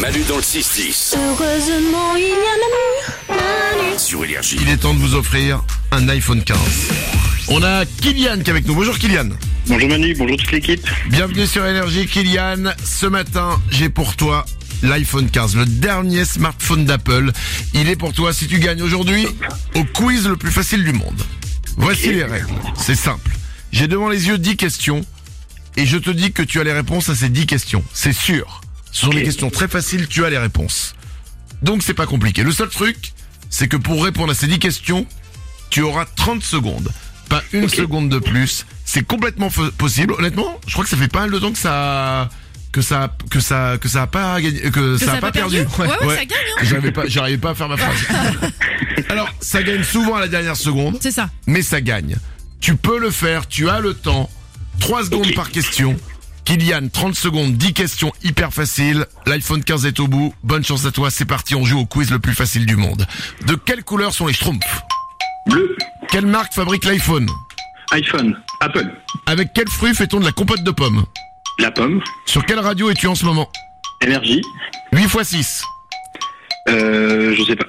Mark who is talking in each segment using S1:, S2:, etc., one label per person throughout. S1: Manu dans le 6-10.
S2: Heureusement, il y a Manu. Manu.
S1: Sur Énergie.
S3: Il est temps de vous offrir un iPhone 15. On a Kylian qui est avec nous. Bonjour Kylian.
S4: Bonjour Manu, bonjour toute l'équipe.
S3: Bienvenue sur Énergie Kylian. Ce matin, j'ai pour toi l'iPhone 15, le dernier smartphone d'Apple. Il est pour toi si tu gagnes aujourd'hui au quiz le plus facile du monde. Voici les règles. C'est simple. J'ai devant les yeux 10 questions et je te dis que tu as les réponses à ces 10 questions. C'est sûr. Ce sont des questions très faciles, tu as les réponses. Donc c'est pas compliqué. Le seul truc, c'est que pour répondre à ces 10 questions, tu auras 30 secondes. Pas une seconde de plus. C'est complètement fa- possible. Honnêtement, je crois que ça fait pas mal de temps que ça que ça que ça que ça a pas gagné que, ça, a
S5: ça a
S3: pas
S5: pas
S3: perdu.
S5: perdu. Ouais, ouais, ça gagne, hein.
S3: J'arrivais pas j'arrivais pas à faire ma phrase. Alors, ça gagne souvent à la dernière seconde
S5: C'est ça.
S3: mais ça gagne. Tu peux le faire, tu as le temps. 3 secondes par question. Kylian, 30 secondes, 10 questions hyper faciles. L'iPhone 15 est au bout. Bonne chance à toi, c'est parti, on joue au quiz le plus facile du monde. De quelle couleur sont les schtroumpfs
S4: Bleu,
S3: Quelle marque fabrique l'iPhone
S4: iPhone, Apple,
S3: Avec quel fruit fait-on de la compote de pommes
S4: la pomme,
S3: Sur quelle radio es-tu en ce moment
S4: énergie,
S3: 8 x 6.
S4: euh, je sais pas,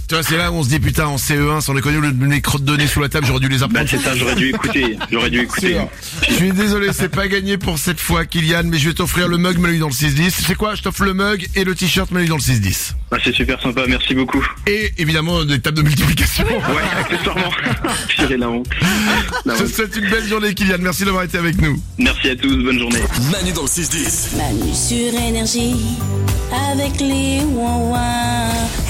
S3: Tu vois, c'est là où on se dit putain en CE1 sans les connus le les crottes de nez sous la table j'aurais dû les
S4: Bah
S3: apprendre.
S4: c'est ça, j'aurais dû écouter, j'aurais dû écouter.
S3: Je suis désolé, c'est pas gagné pour cette fois Kylian, mais je vais t'offrir le mug Manu dans le 6-10. Tu sais quoi, je t'offre le mug et le t-shirt Manu dans le 6-10.
S4: Bah, c'est super sympa, merci beaucoup.
S3: Et évidemment des tables de multiplication.
S4: Ouais, accessoirement. J'ai la honte. La
S3: Je te
S4: honte.
S3: souhaite une belle journée Kylian, merci d'avoir été avec nous.
S4: Merci à tous, bonne journée.
S1: Manu dans le 6-10.
S2: Manu sur énergie avec les ouin